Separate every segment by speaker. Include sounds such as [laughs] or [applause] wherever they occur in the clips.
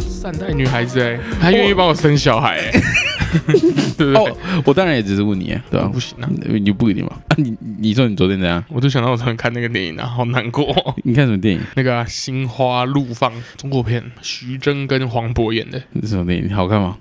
Speaker 1: 善待女孩子哎、她愿意帮我生小孩
Speaker 2: [laughs]
Speaker 1: 哎、 [laughs] 对不对？
Speaker 2: 哦，我当然也只是问你啊，对吧、
Speaker 1: 不行啊！
Speaker 2: 你你不一定嘛？啊，你你说你昨天怎样？
Speaker 1: 我就想到我昨天看那个电影啊，好难过、
Speaker 2: [laughs] 你看什么电影？
Speaker 1: 那个、啊《心花怒放》中国片，徐峥跟黄渤演的，
Speaker 2: 什么电影？好看吗？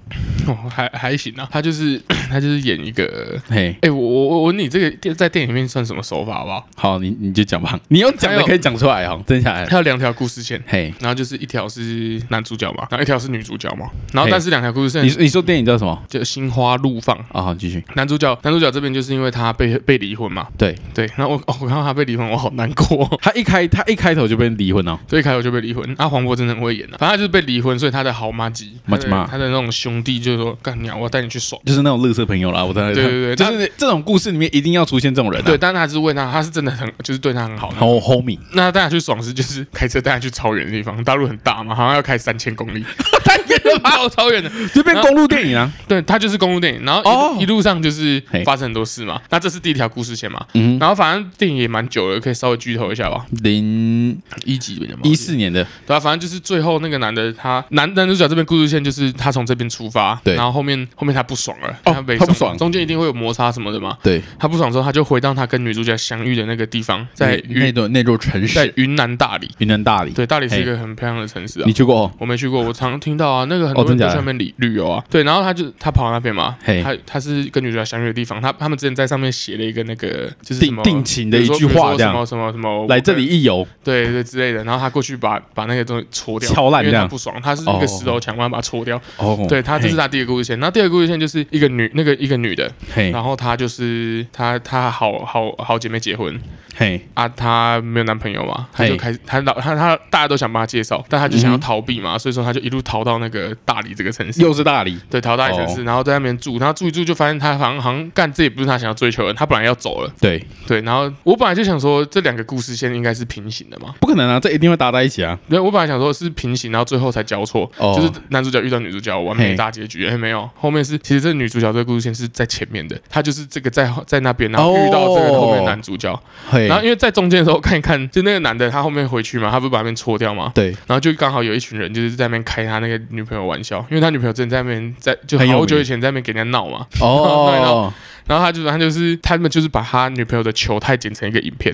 Speaker 1: 哦、还还行啊。他就是 [clears throat] 他就是演一个，
Speaker 2: 嘿，
Speaker 1: 哎、我我我问你，这个电在电影里面算什么手法好不好？
Speaker 2: 好，你你就讲吧。你要讲
Speaker 1: 还
Speaker 2: 的
Speaker 1: 有
Speaker 2: 可以讲出来哦，真下来。
Speaker 1: 它有两条故事线，
Speaker 2: 嘿，
Speaker 1: 然后就是一条是男主角嘛，然后一条是女主角嘛，然后
Speaker 2: 嘿
Speaker 1: 但是两条故事线
Speaker 2: 你你说电影叫什么？
Speaker 1: 就心花怒放。
Speaker 2: 啊、好，继续。
Speaker 1: 男主角，男主角这边就是因为他被被离婚嘛，
Speaker 2: 对
Speaker 1: 对，然后我、哦、我看到他被离婚，我好难过，哦
Speaker 2: 他一开他一开头就被离婚了，
Speaker 1: 所以一开头就被离婚。啊，黄渤真的很会演啊，反正他就是被离婚，所以他的好妈鸡，他
Speaker 2: 妈
Speaker 1: 的
Speaker 2: 鸡妈
Speaker 1: 他的那种兄弟就说干娘，我要带你去爽。
Speaker 2: 就是那种乐色朋友啦。我当然
Speaker 1: 对对对
Speaker 2: 就是这种故事里面一定要出现这种人、啊。
Speaker 1: 对，，但是他是为他，他是真的很，就是对他很好。
Speaker 2: 好 homie，
Speaker 1: 那带他去爽是就是开车带他去超远的地方，大陆很大嘛，好像要开三千公里，
Speaker 2: [laughs] 太远了吧？
Speaker 1: [laughs] 超超远的。
Speaker 2: 这边公路电影啊。
Speaker 1: 对他就是公路电影，然后一,、
Speaker 2: 哦
Speaker 1: 一路上就是
Speaker 2: 嘿
Speaker 1: 发生很多事嘛。那这是第一条故事线嘛，
Speaker 2: 嗯，
Speaker 1: 然后反正电影也蛮久了，可以稍微剧透一下吧。
Speaker 2: 零
Speaker 1: 一几年嘛，
Speaker 2: 一四年的，
Speaker 1: 对啊，反正就是最后那个男的，他男男主角这边故事线就是他从这边出发，
Speaker 2: 对
Speaker 1: 然后后面后面他不爽了，
Speaker 2: 哦
Speaker 1: 被
Speaker 2: 他不爽
Speaker 1: 中间一定会有摩擦什么的嘛。
Speaker 2: 对，
Speaker 1: 他不爽之后，他就回到他跟女主角相遇的那个地方，在
Speaker 2: 那
Speaker 1: 云
Speaker 2: 座那座城
Speaker 1: 在
Speaker 2: 市，
Speaker 1: 云南大理。
Speaker 2: 云南大理。
Speaker 1: 对，大理是一个很漂亮的城市啊
Speaker 2: 你。去过哦？
Speaker 1: 我没去过，我常听到啊，那个很多
Speaker 2: 哦
Speaker 1: 人
Speaker 2: 真
Speaker 1: 都
Speaker 2: 假
Speaker 1: 去
Speaker 2: 的
Speaker 1: 那边旅旅游啊。对，然后他就他跑到那边嘛，
Speaker 2: 嘿
Speaker 1: 他他是跟女主角相遇的地方，他他们之前在上面写了一个那个就是什
Speaker 2: 定
Speaker 1: 么
Speaker 2: 定情的
Speaker 1: 比
Speaker 2: 一
Speaker 1: 如说
Speaker 2: 句
Speaker 1: 比如
Speaker 2: 话，
Speaker 1: 说
Speaker 2: 这
Speaker 1: 什
Speaker 2: 样
Speaker 1: 么什么什么
Speaker 2: 来这里一游，
Speaker 1: 对对之类的，然后他过去把把那个东西戳掉，
Speaker 2: 敲烂
Speaker 1: 因为
Speaker 2: 这
Speaker 1: 他
Speaker 2: 样
Speaker 1: 不爽，他是一个
Speaker 2: 哦
Speaker 1: 石头墙，我要把它戳掉。
Speaker 2: 哦，
Speaker 1: 对他，这是
Speaker 2: 嘿
Speaker 1: 他第一个故事线。那第二个故事线就是一个女，那个一个女的，然后她就是她她好好好姐妹结婚
Speaker 2: 嘿嘿，
Speaker 1: 啊，她没有男朋友嘛，她就
Speaker 2: 嘿嗯
Speaker 1: 开始她老她她大家都想帮她介绍，但她就想要逃避嘛，所以说她就一路逃到那个大理这个城市。
Speaker 2: 又是大理，
Speaker 1: 对，逃到大理
Speaker 2: 哦
Speaker 1: 城市，然后在那边住，然后住一住就发现她好像好像干，这也不是她想要追求的，她本来要走了，
Speaker 2: 对，
Speaker 1: 对，然后我本来就想说这两个故事线应该是平行的嘛，
Speaker 2: 不可能啊，这一定会搭在一起啊。
Speaker 1: 对，我本来想说是平行，然后最后才交错，
Speaker 2: 哦
Speaker 1: 就是男主角遇到女主角完美大结局。哎，没有，后面是其实这女主角这个故事线是在前面的，她就是这个在在那边，然后遇到这个后面的男主角，
Speaker 2: 嘿，
Speaker 1: 然后因为在中间的时候看一看，就那个男的他后面回去嘛，他不是把那边戳掉嘛，
Speaker 2: [laughs] 对，
Speaker 1: 然后就刚好有一群人就是在那边开他那个女朋友玩笑，因为他女朋友之前在那边在就
Speaker 2: 很有
Speaker 1: 好
Speaker 2: 名
Speaker 1: 久以前在那边给人家闹嘛，
Speaker 2: 哦，
Speaker 1: 然后他就他就是他们就是把他女朋友的球态剪成一个影片，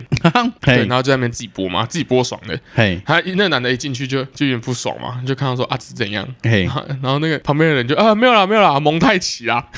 Speaker 1: 对，
Speaker 2: [laughs] 嘿
Speaker 1: 然，后就在那边自己播嘛，自己播爽的，
Speaker 2: 嘿，
Speaker 1: 他一那男的一进去就就有点不爽嘛，就看到说啊这是怎样，
Speaker 2: 嘿
Speaker 1: 然，后然后那个旁边的人就啊没有啦没有啦，蒙太奇啦。 [laughs]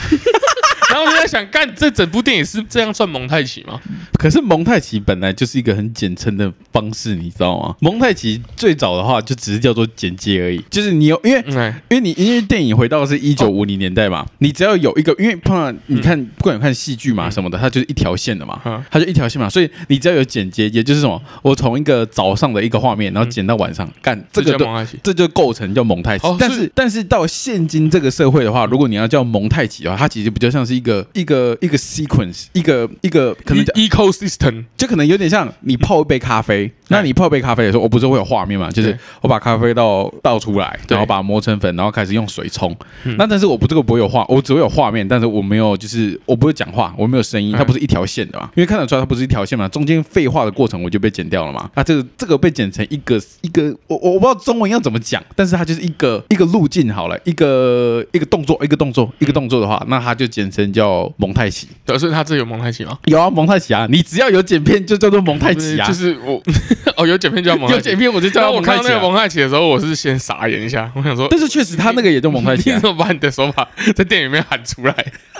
Speaker 1: 然后我就在想，干这整部电影是这样算蒙太奇吗？
Speaker 2: 可是蒙太奇本来就是一个很简称的方式，你知道吗？蒙太奇最早的话就只是叫做简介而已，就是你有因为。
Speaker 1: 嗯，哎
Speaker 2: 因为你因为电影回到的是一九五零年代嘛，你只要有一个，因为碰到你看不管有看戏剧嘛什么的，它就是一条线的嘛
Speaker 1: 嗯，
Speaker 2: 它就一条线嘛，所以你只要有剪接，也就是什么，我从一个早上的一个画面，然后剪到晚上，干嗯这
Speaker 1: 这
Speaker 2: 个
Speaker 1: 叫
Speaker 2: 都
Speaker 1: 蒙太奇。
Speaker 2: 这就构成叫蒙太奇
Speaker 1: 哦。
Speaker 2: 但
Speaker 1: 是
Speaker 2: 是但是到现今这个社会的话，如果你要叫蒙太奇的话，它其实比较像是一个一个一个 sequence，一个一个可能
Speaker 1: E- ecosystem
Speaker 2: 就可能有点像你泡一杯咖啡，那你泡一杯咖啡的时候，我不是会有画面嘛？就是
Speaker 1: 对
Speaker 2: 我把咖啡倒倒出来，
Speaker 1: 对
Speaker 2: 然后把它磨成粉，然后开始用水冲
Speaker 1: 嗯。
Speaker 2: 那但是我不这个不会有画，我只会有画面，但是我没有就是我不会讲话，我没有声音，
Speaker 1: 嗯
Speaker 2: 它不是一条线的嘛？因为看得出来它不是一条线嘛，中间废话的过程我就被剪掉了嘛。
Speaker 1: 嗯
Speaker 2: 啊那这个这个被剪成一个一个，我我我不知道中文要怎么讲，但是它就是一个一个路径好了，一个一个动作一个动作一个动作的话，那它就简称叫蒙太奇。
Speaker 1: 对，所以他这有蒙太奇吗？
Speaker 2: 有啊，蒙太奇啊，你只要有剪片就叫做蒙太
Speaker 1: 太
Speaker 2: 奇啊，
Speaker 1: 就是我 [laughs] 哦，有剪片叫蒙太
Speaker 2: [laughs] 有
Speaker 1: 奇。
Speaker 2: 剪片我就叫
Speaker 1: 但
Speaker 2: 它
Speaker 1: 我
Speaker 2: 蒙
Speaker 1: 看
Speaker 2: 太
Speaker 1: 到
Speaker 2: 奇、
Speaker 1: 那个
Speaker 2: 啊。
Speaker 1: 蒙太奇的时候，我是先傻眼一下，我想说，
Speaker 2: 但是确实，他那个也叫蒙太
Speaker 1: 你
Speaker 2: 奇、
Speaker 1: [laughs]
Speaker 2: 啊
Speaker 1: 怎。么把你的手法在电影里面喊
Speaker 2: [laughs]
Speaker 1: 出来？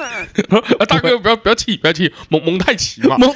Speaker 1: 啊大哥，不要不要气，不要气，蒙蒙太奇嘛。
Speaker 2: 蒙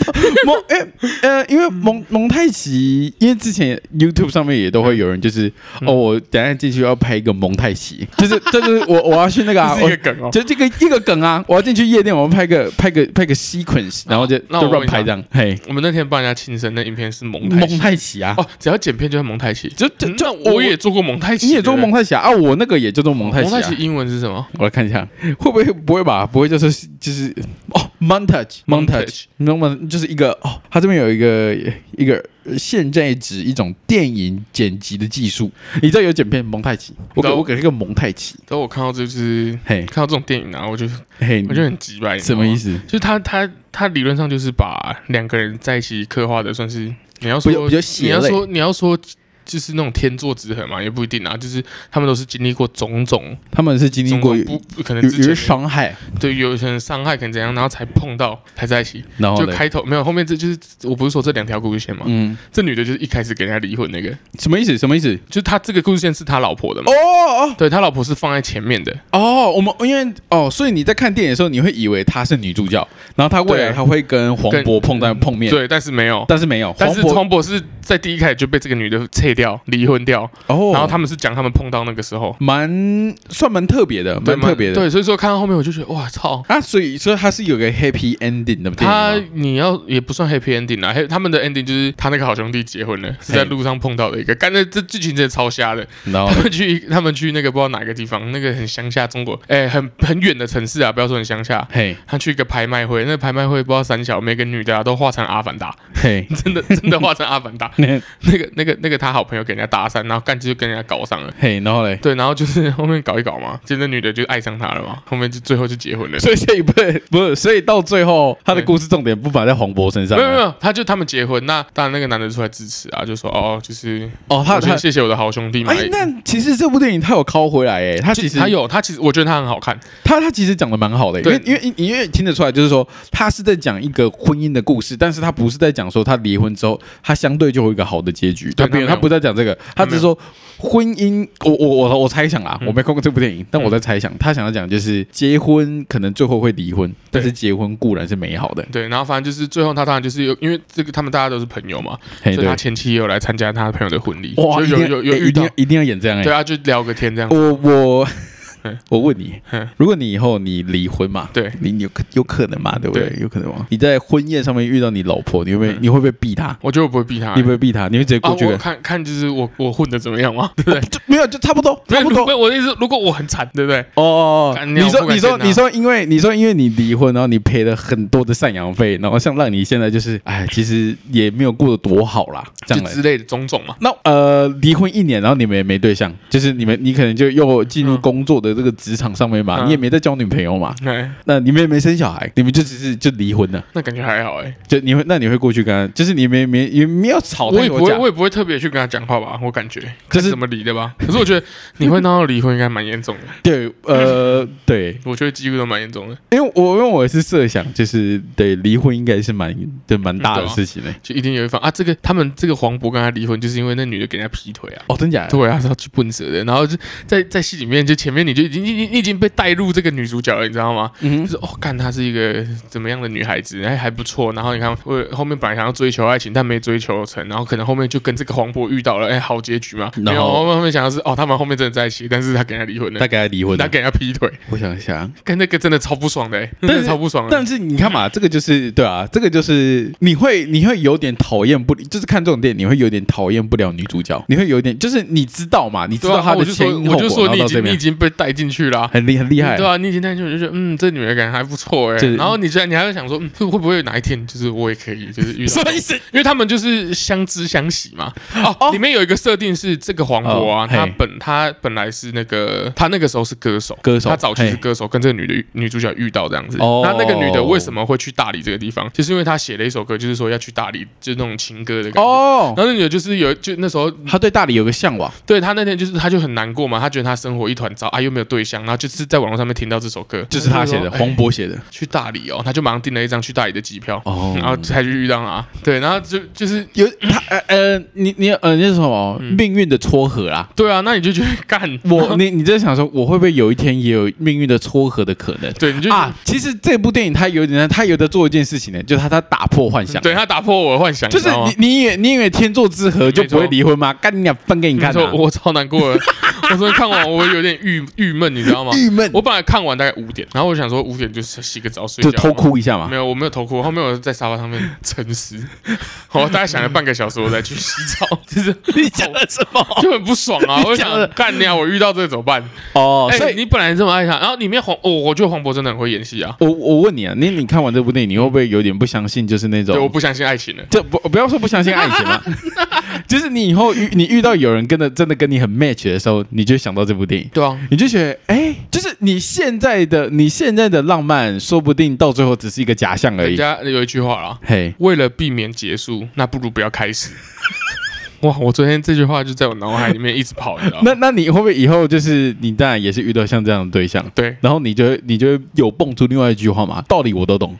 Speaker 2: 蒙哎、呃，因为蒙蒙太奇，因为之前 YouTube 上面也都会有人就是、
Speaker 1: 嗯
Speaker 2: 哦，我等一下进去要拍一个蒙
Speaker 1: [laughs]
Speaker 2: 太奇，就是就是我 [laughs] 我要去那个、啊，
Speaker 1: 这是一个梗哦
Speaker 2: 我就这个一个梗啊，我要进去夜店，我要拍个拍个拍个 sequence，然后就、
Speaker 1: 啊那我
Speaker 2: 就
Speaker 1: 问
Speaker 2: 乱
Speaker 1: 一下
Speaker 2: 拍这样，嘿，
Speaker 1: 我们那天帮人家庆生，那影片是蒙太
Speaker 2: 蒙
Speaker 1: 奇。
Speaker 2: 太奇啊，
Speaker 1: 哦，只要剪片就是蒙太奇，嗯
Speaker 2: 就就
Speaker 1: 那
Speaker 2: 就
Speaker 1: 我也做过蒙太奇，
Speaker 2: 你也做过蒙
Speaker 1: 对
Speaker 2: 太奇啊，啊我那个也叫做蒙
Speaker 1: 不对
Speaker 2: 太
Speaker 1: 蒙
Speaker 2: 奇、
Speaker 1: 太
Speaker 2: 啊，
Speaker 1: 奇英文是什么？
Speaker 2: 我来看一下，会不会不会吧？不会就是就是哦，montage
Speaker 1: Montage
Speaker 2: montage，你懂吗？就是一个哦，它这边有一个一个现在指一种电影剪辑的技术，你知道有剪片蒙太奇，我给
Speaker 1: 懂
Speaker 2: 我给一个蒙太奇，
Speaker 1: 然后我看到就是
Speaker 2: 嘿
Speaker 1: 看到这种电影啊，我就
Speaker 2: 嘿，
Speaker 1: 我就很急白，你知
Speaker 2: 什
Speaker 1: 道吗
Speaker 2: 么意？思？
Speaker 1: 就是他他他理论上就是把两个人在一起刻画的算是你要
Speaker 2: 比较
Speaker 1: 说
Speaker 2: 比较血
Speaker 1: 你要
Speaker 2: 泪
Speaker 1: 说你要说就是那种天作之合嘛，也不一定啊。就是他们都是经历过种种，
Speaker 2: 他们是经历
Speaker 1: 种
Speaker 2: 过
Speaker 1: 种
Speaker 2: 有
Speaker 1: 不不可能
Speaker 2: 有
Speaker 1: 之前
Speaker 2: 有
Speaker 1: 的
Speaker 2: 伤害，
Speaker 1: 对，有些人伤害可能怎样，然后才碰到才在一起。
Speaker 2: 然后
Speaker 1: 就
Speaker 2: 嘞
Speaker 1: 开头没有，后面这就是我不是说这两条故事线嘛，
Speaker 2: 嗯，
Speaker 1: 这女的就是一开始跟人家离婚那个，
Speaker 2: 什么意思？什么意思？
Speaker 1: 就是她这个故事线是她老婆的嘛，
Speaker 2: 哦哦
Speaker 1: 对她老婆是放在前面的，
Speaker 2: 哦，我们因为哦，所以你在看电影的时候，你会以为她是女主角，然后她未来
Speaker 1: 对
Speaker 2: 她会跟黄
Speaker 1: 跟
Speaker 2: 渤碰到碰面，，
Speaker 1: 对，但是没有。
Speaker 2: 但是没有，
Speaker 1: 但
Speaker 2: 黄
Speaker 1: 是
Speaker 2: 渤
Speaker 1: 黄渤是在第一开始就被这个女的撤掉、离婚掉，
Speaker 2: 哦，
Speaker 1: 然后他们是讲他们碰到那个时候，
Speaker 2: 蛮算蛮特别的，
Speaker 1: 对
Speaker 2: 蛮特别的，
Speaker 1: 对，所以说看到后面我就觉得哇操，
Speaker 2: 啊，所以所以它是有个 happy ending 的电影
Speaker 1: 他
Speaker 2: 吗
Speaker 1: 你要也不算 happy ending 啊，还有他们的 ending 就是他那个好兄弟结婚了，是在路上碰到的一个，干的这剧情真的超瞎的。
Speaker 2: 然后
Speaker 1: [laughs] 他们去他们去那个不知道哪个地方，那个很乡下中国，哎、很很远的城市啊，不要说很乡下。
Speaker 2: 嘿
Speaker 1: 他去一个拍卖会，那个拍卖会不知道三小，每个女的啊都画成阿凡达，
Speaker 2: 嘿，。
Speaker 1: 真的真的画成阿凡达
Speaker 2: 那
Speaker 1: 那个那个那个他好朋友给人家搭讪，然后干就跟人家搞上了。
Speaker 2: 嘿，然后嘞，
Speaker 1: 对，然后就是 [laughs] 后面搞一搞嘛，就那女的就爱上他了嘛，后面就最后就结婚了。
Speaker 2: 所以这一部不是，所以到最后他的故事重点不摆在黄渤身上啊
Speaker 1: 没有没
Speaker 2: 吗，
Speaker 1: 有，他就他们结婚，那当然那个男的出来支持啊，就说哦，就是
Speaker 2: 哦，他
Speaker 1: 我
Speaker 2: 他
Speaker 1: 先谢谢我的好兄弟嘛。
Speaker 2: 哎，那其实这部电影他有拷回来，哎，他其实
Speaker 1: 他有他其实我觉得他很好看，
Speaker 2: 他他其实讲的蛮好的，因
Speaker 1: 对
Speaker 2: 为因为因为听得出来，就是说他是在讲一个婚姻的故事，但是他不是在讲说他离婚之后，他相对就会有一个好的结局。
Speaker 1: 对
Speaker 2: 他没有，
Speaker 1: 他没有
Speaker 2: 他不在讲这个，他只是说婚姻。我我我我猜想啦，
Speaker 1: 嗯
Speaker 2: 我没看过这部电影，但我在猜想，他想要讲就是结婚可能最后会离婚，但是结婚固然是美好的，
Speaker 1: 对，然后反正就是最后他当然就是有，因为这个他们大家都是朋友嘛，
Speaker 2: 嘿
Speaker 1: 所以
Speaker 2: 哎对
Speaker 1: 他。前妻也有来参加他朋友的婚礼，
Speaker 2: 哇，
Speaker 1: 就
Speaker 2: 一
Speaker 1: 有
Speaker 2: 定
Speaker 1: 有有
Speaker 2: 哎
Speaker 1: 遇
Speaker 2: 一定
Speaker 1: 到
Speaker 2: 要，一定要演这样哎哦
Speaker 1: 对！啊，就聊个天这样，
Speaker 2: 我我 [laughs] 我问你
Speaker 1: 嗯，
Speaker 2: 如果你以后你离婚嘛，
Speaker 1: 对，
Speaker 2: 你你有可有可能嘛，对不对？
Speaker 1: 对
Speaker 2: 有可能嘛？你在婚宴上面遇到你老婆，你会不
Speaker 1: 嗯
Speaker 2: 会、你会不会逼她？
Speaker 1: 我觉得我不会逼他
Speaker 2: 你，会不会逼她？你会直接
Speaker 1: 啊，
Speaker 2: 过去跟、
Speaker 1: 我看看就是我我混的怎么样嘛，对不对？
Speaker 2: 就没有，就差不多，
Speaker 1: 没
Speaker 2: 差
Speaker 1: 有，
Speaker 2: 不
Speaker 1: 如
Speaker 2: 多。
Speaker 1: 果我的意思，如果我很惨，对不对？
Speaker 2: 哦哦，哦
Speaker 1: 干
Speaker 2: 你
Speaker 1: 尿
Speaker 2: 说
Speaker 1: 不
Speaker 2: 你说
Speaker 1: 敢见啊
Speaker 2: 你说，因为你说因为你离婚，然后你赔了很多的赡养费，然后像让你现在就是，哎，其实也没有过得多好啦，这
Speaker 1: 就
Speaker 2: 样来
Speaker 1: 之类的种种嘛。
Speaker 2: 那呃，离婚一年，然后你们也没对象，就是你们你可能就又进入
Speaker 1: 嗯
Speaker 2: 工作的这个职场上面嘛，
Speaker 1: 嗯
Speaker 2: 你也没在交女朋友嘛，
Speaker 1: 哎，
Speaker 2: 那你们也没生小孩，你们就只是就离婚了，
Speaker 1: 那感觉还好哎，
Speaker 2: 就你会那你会过去跟他，就是你没没也没有吵
Speaker 1: 我
Speaker 2: 太
Speaker 1: 也不
Speaker 2: 多
Speaker 1: 会，
Speaker 2: 架，
Speaker 1: 我也不会特别去跟他讲话吧，我感觉
Speaker 2: 就
Speaker 1: 这
Speaker 2: 是
Speaker 1: 是怎么离的吧。可是我觉得你会闹到离婚应该蛮严重的，
Speaker 2: 对呃对，
Speaker 1: 我觉得几乎都蛮严重的，
Speaker 2: 因为我因为我是设想就是对离婚应该是蛮对蛮大的
Speaker 1: 嗯对啊
Speaker 2: 事情嘞、
Speaker 1: 就一定有一方啊。这个他们这个黄渤跟他离婚，就是因为那女的给人家劈腿啊。
Speaker 2: 哦，真假的？
Speaker 1: 对啊，他去笨蛇的，然后就在在戏里面，就前面你就已经你你你已经被带入这个女主角了，你知道吗？
Speaker 2: 嗯
Speaker 1: 就是哦，看她是一个怎么样的女孩子，哎还不错。然后你看，我后面本来想要追求爱情，但没追求成，然后可能后面就跟这个黄渤遇到了，哎，好结局嘛。没
Speaker 2: 然
Speaker 1: 有，
Speaker 2: 后
Speaker 1: 后面后面想的是哦，他们后面真的在一起，但是他跟人家离婚
Speaker 2: 大
Speaker 1: 了，
Speaker 2: 概离婚
Speaker 1: 他
Speaker 2: 了，
Speaker 1: 给人家劈腿，
Speaker 2: 我想一下，
Speaker 1: 跟那个真的超不爽的，哎
Speaker 2: 但是
Speaker 1: 真的超不爽的。
Speaker 2: 但是你看嘛，这个就是对啊，这个就是你会你会有点讨厌不，就是看这种电影你会有点讨厌不了女主角，你会有点就是你知道嘛，你知
Speaker 1: 对
Speaker 2: 道
Speaker 1: 啊，
Speaker 2: 她
Speaker 1: 我
Speaker 2: 的
Speaker 1: 就说
Speaker 2: 前因
Speaker 1: 我
Speaker 2: 后
Speaker 1: 就
Speaker 2: 果，
Speaker 1: 说
Speaker 2: 然后
Speaker 1: 你已
Speaker 2: 到这
Speaker 1: 经你已
Speaker 2: 边
Speaker 1: 经被带进去了啊、
Speaker 2: 很厉很厉害
Speaker 1: 对，啊，你已经带进去，我就觉得嗯，这女的感觉还不错哎、
Speaker 2: 就是
Speaker 1: 然后你觉得你还会想说，嗯，会会不会哪一天就是我也可以，就是遇到
Speaker 2: 什么意思？
Speaker 1: 因为他们就是相知相喜嘛。哦，
Speaker 2: 哦
Speaker 1: 里面有一个设定是这个黄渤啊，
Speaker 2: 哦嘿
Speaker 1: 他本他本来是那个他那个时候是歌手，
Speaker 2: 歌手
Speaker 1: 他早期
Speaker 2: 嘿
Speaker 1: 是歌手，跟这个女的女主角遇到这样子。
Speaker 2: 哦
Speaker 1: 那那个女的为什么会去大理这个地方？就是因为她写了一首歌，就是说要去大理，就是那种情歌的感觉。
Speaker 2: 哦
Speaker 1: 然，后那女的就是有，就那时候
Speaker 2: 她对大理有个向往，
Speaker 1: 对她那天就是她就很难过嘛，她觉得她生活一团糟啊，又没有对象，然后就是在网络上面听到这首歌，
Speaker 2: 就是她写的，
Speaker 1: 她就说
Speaker 2: 黄渤写的。
Speaker 1: 去大理哦，她就马上订了一张去大理的机票，
Speaker 2: 哦
Speaker 1: 然后才去遇到她。对，然后就就是
Speaker 2: 有他呃呃，你你呃那是什么命运的撮合啦？
Speaker 1: 对啊，那你就觉得干
Speaker 2: 我你你在想说，我会不会有一天也有命运的撮合的可能？
Speaker 1: 对，你就、
Speaker 2: 啊，其实这部电影它有点，它有的做一件事情呢，就是它它打破幻想，
Speaker 1: 对，他打破我的幻想，
Speaker 2: 就是
Speaker 1: 你
Speaker 2: 你你以为你以为天作之合就不会离婚吗？干你俩分给你
Speaker 1: 你
Speaker 2: 看、
Speaker 1: 看
Speaker 2: 啊，
Speaker 1: 我超难过
Speaker 2: [laughs]
Speaker 1: 的，我昨天看完我有点郁郁闷，你知道吗？
Speaker 2: 郁闷，
Speaker 1: 我本来看完大概五点，然后我想说五点就是洗个澡睡
Speaker 2: 就
Speaker 1: 觉，
Speaker 2: 偷。哭一啊下嘛
Speaker 1: 没。有，我没有偷哭，后面我在沙发上面沉
Speaker 2: [laughs]
Speaker 1: 思，我大概想了半个小时，我才去洗澡，就是
Speaker 2: [laughs] 你讲了什么？
Speaker 1: [laughs] 就很不爽啊！我就
Speaker 2: [laughs] 你讲了
Speaker 1: 想干你啊！我遇到这个怎么办？
Speaker 2: [laughs] 哦，
Speaker 1: 哎、
Speaker 2: 所以
Speaker 1: 你本来这么爱他，然后里面黄，哦，我觉得黄渤真的很会演戏啊，
Speaker 2: 我我问你啊，你你看完这部电影，你会不会有点不相信？就是那
Speaker 1: 对，我
Speaker 2: 种。
Speaker 1: 不相信爱情了。
Speaker 2: 就不不要说不相信爱情
Speaker 1: [laughs]
Speaker 2: 嘛，就是你以后遇你遇到有人跟的真的跟你很 match 的时候，你就想到这部电影，
Speaker 1: 对啊，
Speaker 2: 你就觉得哎、就是你现在的你现在的浪漫，说不定到最后只是一个假象而
Speaker 1: 人
Speaker 2: 已。
Speaker 1: 家有一句话啦，
Speaker 2: 嘿，
Speaker 1: 为了避免结束，那不如不要开始。 [laughs] 哇，我昨天这句话就在我脑海里面一直跑，你知道吗？
Speaker 2: 那那你会不会以后就是你当然也是遇到像这样的对象，
Speaker 1: 对，
Speaker 2: 然后你就会你就会有蹦出另外一句话嘛？道理我都懂，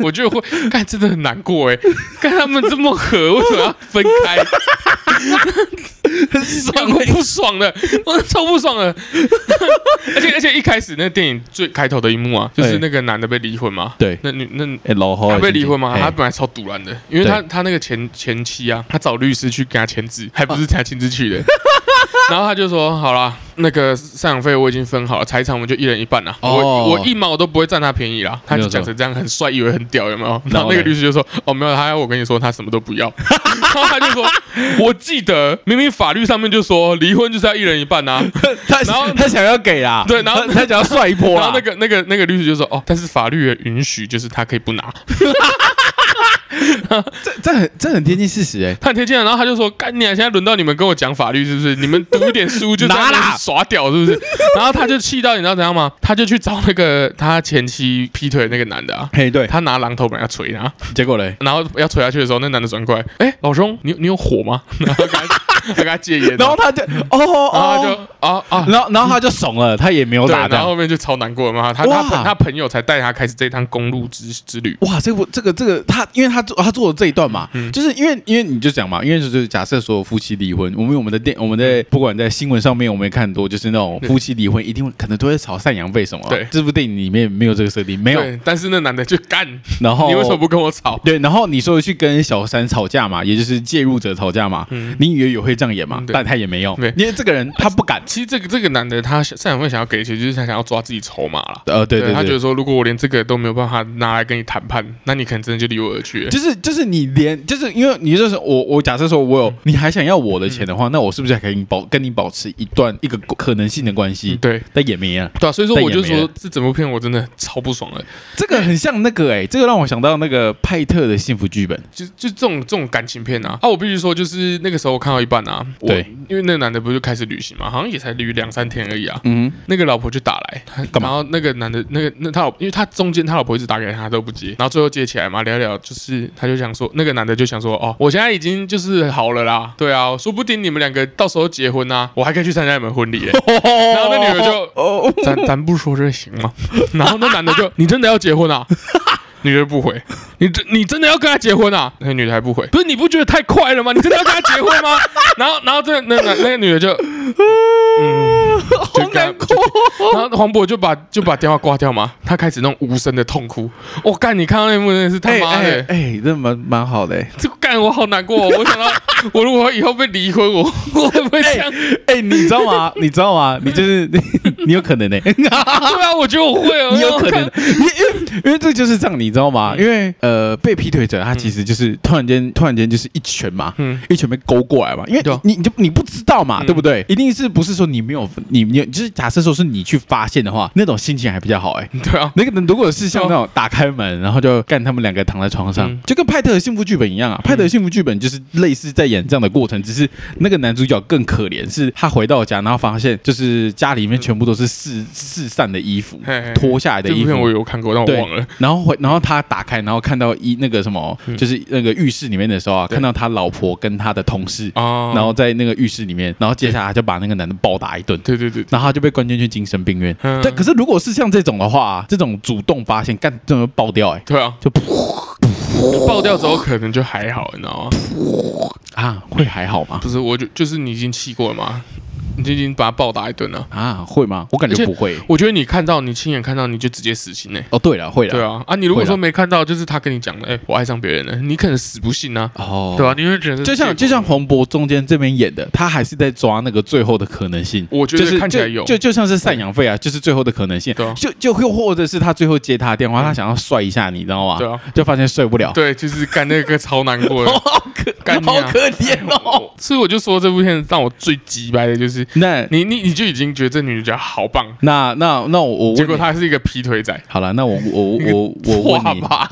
Speaker 1: 我觉得会，干真的很难过哎，看他们这么合，为什么要分开？ [laughs]
Speaker 2: 很欸
Speaker 1: 爽我不爽的，我超不爽的。 [laughs] 而且而且一开始那个电影最开头的一幕啊，就是那个男的被离婚嘛，
Speaker 2: 对
Speaker 1: 那女那
Speaker 2: 哎，老侯
Speaker 1: 他被离婚吗？
Speaker 2: 哎
Speaker 1: 他本来超堵然的，因为
Speaker 2: 对
Speaker 1: 他他那个前前妻啊，他找律师去跟他签
Speaker 2: [laughs]
Speaker 1: 字，还不是他亲自去的。然后他就说：“好啦，那个赡养费我已经分好了，财产我们就一人一半啦。
Speaker 2: 哦
Speaker 1: 我我一毛都不会占他便宜啦。”他就讲成这样，很帅，以为很屌，有没有？然后那
Speaker 2: 嘞
Speaker 1: 个律师就
Speaker 2: [laughs]
Speaker 1: 说：“哦，没有，他要我跟你说，他什么都不要。”然后他就说：“我记得明明法律上面就说离婚就是要一人一半呐。
Speaker 2: 他
Speaker 1: 然后
Speaker 2: 他想要给啦，
Speaker 1: 对然后
Speaker 2: 他他想要帅一波
Speaker 1: 然后，
Speaker 2: 啦
Speaker 1: 那个那个那个律师就说：“哦，但是法律也允许，就是他可以不拿。”
Speaker 2: 这这很这很贴近事实哎，
Speaker 1: 他很贴近啊，然后他就说：“干你啊！现在轮到你们跟我讲法律是不是？你们读一点书就在
Speaker 2: [laughs]
Speaker 1: 那边
Speaker 2: 拿啦
Speaker 1: 耍屌是不是？”然后他就气到你知道怎样吗？他就去找那个他前妻劈腿的那个男的啊，
Speaker 2: 嘿，对，
Speaker 1: 他拿榔头把他捶他，
Speaker 2: 结果嘞，
Speaker 1: 然后要捶下去的时候，那男的转过来：“哎、老兄，你你有火吗？” [laughs] 然后跟他他跟他戒烟，啊
Speaker 2: [laughs] 然后他就哦
Speaker 1: 然后他就
Speaker 2: 哦，
Speaker 1: 啊啊。
Speaker 2: 然后然后他就怂了，他也没有
Speaker 1: 对，
Speaker 2: 打
Speaker 1: 然后
Speaker 2: 到。
Speaker 1: 后面就超难过嘛，他他
Speaker 2: 哇
Speaker 1: 朋他朋友才带他开始这趟公路之之旅，
Speaker 2: 哇，这个这个这个，他因为他做他做的这一段嘛，
Speaker 1: 嗯
Speaker 2: 就是因为因为你就讲嘛，因为就是假设所有夫妻离婚，我们我们的电我们在不管在新闻上面，我们也看很多，就是那种
Speaker 1: 嗯对
Speaker 2: 夫妻离婚一定会可能都会吵赡养费什么。
Speaker 1: 对
Speaker 2: 这部电影里面没有这个设定，没有。哦
Speaker 1: 对，但是那男的就干，
Speaker 2: 然后
Speaker 1: 你为什么不跟我吵？
Speaker 2: 对，然后你说去跟小三吵架嘛，也就是介入者吵架嘛，你以为有会这样演嘛
Speaker 1: 嗯嗯？对
Speaker 2: 但他也没有
Speaker 1: 对，
Speaker 2: 因为这个人他不敢。
Speaker 1: 其实这个这个男的他赡养费想要给钱，就是他想要抓自己筹码啦。
Speaker 2: 呃，对对，
Speaker 1: 他觉
Speaker 2: 对
Speaker 1: 得说，如果我连这个都没有办法拿来跟你谈判，那你可能真的就离我而去
Speaker 2: [laughs]
Speaker 1: 了。
Speaker 2: 就是就是你连就是因为你就是我我假设说我有你还想要我的钱的话，那我是不是还可以保跟你保持一段一个可能性的关
Speaker 1: 嗯
Speaker 2: 系？
Speaker 1: 对
Speaker 2: 但也没啊，
Speaker 1: 对啊，所以说
Speaker 2: 但
Speaker 1: 我
Speaker 2: 也
Speaker 1: 就
Speaker 2: 没
Speaker 1: 说
Speaker 2: 了
Speaker 1: 这整部片我真的超不爽的，
Speaker 2: 这个很像那个哎，这个让我想到那个派特的幸福剧本。
Speaker 1: 就就这种这种感情片啊啊！我必须说，就是那个时候我看到一半啊，我
Speaker 2: 对，
Speaker 1: 因为那个男的不是开始旅行嘛，好像也才旅两三天而已啊。
Speaker 2: 嗯，
Speaker 1: 那个老婆就打来，他
Speaker 2: 干嘛
Speaker 1: 然后那个男的，那个那他老，因为他中间他老婆一直打给他，他都不接，然后最后接起来嘛，聊一聊，就是他就想说，那个男的就想说，哦，我现在已经就是好了啦，对啊，说不定你们两个到时候结婚啊，我还可以去参加你们婚礼耶、
Speaker 2: 然
Speaker 1: 后那女的就
Speaker 2: 哦，
Speaker 1: 咱咱不说这行
Speaker 2: [laughs]
Speaker 1: 吗？然后那男的就，你真的要结婚啊？女的不回，你真你真的要跟他结婚啊？那女的还不回，不是你不觉得太快了吗？你真的要跟他结婚
Speaker 2: [laughs]
Speaker 1: 吗？然后然后这那那那个女的就，嗯，就
Speaker 2: 好
Speaker 1: 跟他
Speaker 2: 难过。
Speaker 1: 然后黄渤就把就把电话挂掉嘛，他开始那种无声的痛哭。我、干，你看到那一幕真的是他
Speaker 2: 哎
Speaker 1: 妈的，
Speaker 2: 哎哎，这蛮蛮好的哎。
Speaker 1: 这干我好难过、哦。我想到 [laughs] 我如果以后被离婚，我我会不会这样？
Speaker 2: [laughs] 哎、你知道吗？你知道吗？你就是 [laughs] 你有可能欸呢、
Speaker 1: 对啊，我觉得我会哦，
Speaker 2: 你有可能，
Speaker 1: 我看。
Speaker 2: 因为因为这就是这样，你知道吗？因为呃，被劈腿者他其实就是突然间突然间就是一拳嘛，
Speaker 1: 嗯
Speaker 2: 一拳被勾过来嘛，因为
Speaker 1: 对啊
Speaker 2: 你你就你不知道嘛，
Speaker 1: 嗯
Speaker 2: 对不对？一定是不是说你没有你你就是假设说是你去发现的话，那种心情还比较好哎、
Speaker 1: 对啊，
Speaker 2: 那个人如果是像那种打开门，然后就干他们两个躺在床上
Speaker 1: 嗯，
Speaker 2: 就跟派特的幸福剧本一样啊。派特的幸福剧本就是类似在演这样的过程，只是那个男主角更可怜，是他回到家，然后发现就是家里面全部都是四四散的衣服
Speaker 1: 嘿嘿，
Speaker 2: 脱下来的
Speaker 1: 这部
Speaker 2: 衣
Speaker 1: 片我
Speaker 2: 服。
Speaker 1: 有看过，但我
Speaker 2: 对
Speaker 1: 忘了。，
Speaker 2: 然后回，然后他打开，然后看到一那个什么，就是那个浴室里面的时候啊，
Speaker 1: 对
Speaker 2: 看到他老婆跟他的同事，
Speaker 1: 哦，
Speaker 2: 然后在那个浴室里面，然后接下来他就把那个男的暴打一顿，
Speaker 1: 对对对，
Speaker 2: 然后他就被关进去精神病院。
Speaker 1: 嗯
Speaker 2: 但可是如果是像这种的话，这种主动发现干这么爆掉哎、
Speaker 1: 对啊，
Speaker 2: 就
Speaker 1: 爆掉之后可能就还好，你知道吗？
Speaker 2: 啊会还好吗？
Speaker 1: 不是，我就就是你已经气过了嘛，你就已经把他暴打一顿了。
Speaker 2: 啊会吗？我感觉不会。
Speaker 1: 我觉得你看到，你亲眼看到，你就直接死心嘞、
Speaker 2: 哦对了会了。
Speaker 1: 对啊，啊，你如果
Speaker 2: 会啦
Speaker 1: 说没看到，就是他跟你讲的，哎、我爱上别人了，你可能死不信啊，
Speaker 2: 哦
Speaker 1: 对啊，你会觉得
Speaker 2: 就像就像黄渤中间这边演的，他还是在抓那个最后的可能性。
Speaker 1: 我觉
Speaker 2: 就
Speaker 1: 得
Speaker 2: 是
Speaker 1: 看起来有，
Speaker 2: 就就就像是赡养费啊，就是最后的可能性
Speaker 1: 对啊，
Speaker 2: 就就又或者是他最后接他的电话，他想要帅一下，你知道吗？
Speaker 1: 对啊，
Speaker 2: 就发现帅不了，
Speaker 1: 对，就是干那个超
Speaker 2: [laughs]
Speaker 1: 难过的。
Speaker 2: 好可
Speaker 1: 干你啊
Speaker 2: 好可怜哦。
Speaker 1: 所以我就说这部片让我最鸡掰的就是是
Speaker 2: 那
Speaker 1: 你你你就已经觉得这女的好棒，
Speaker 2: 那那那我我问
Speaker 1: 结果
Speaker 2: 你
Speaker 1: 她是一个劈腿仔，
Speaker 2: 好了，那我我我
Speaker 1: [laughs]
Speaker 2: 我
Speaker 1: 哇
Speaker 2: 问你，
Speaker 1: 吧，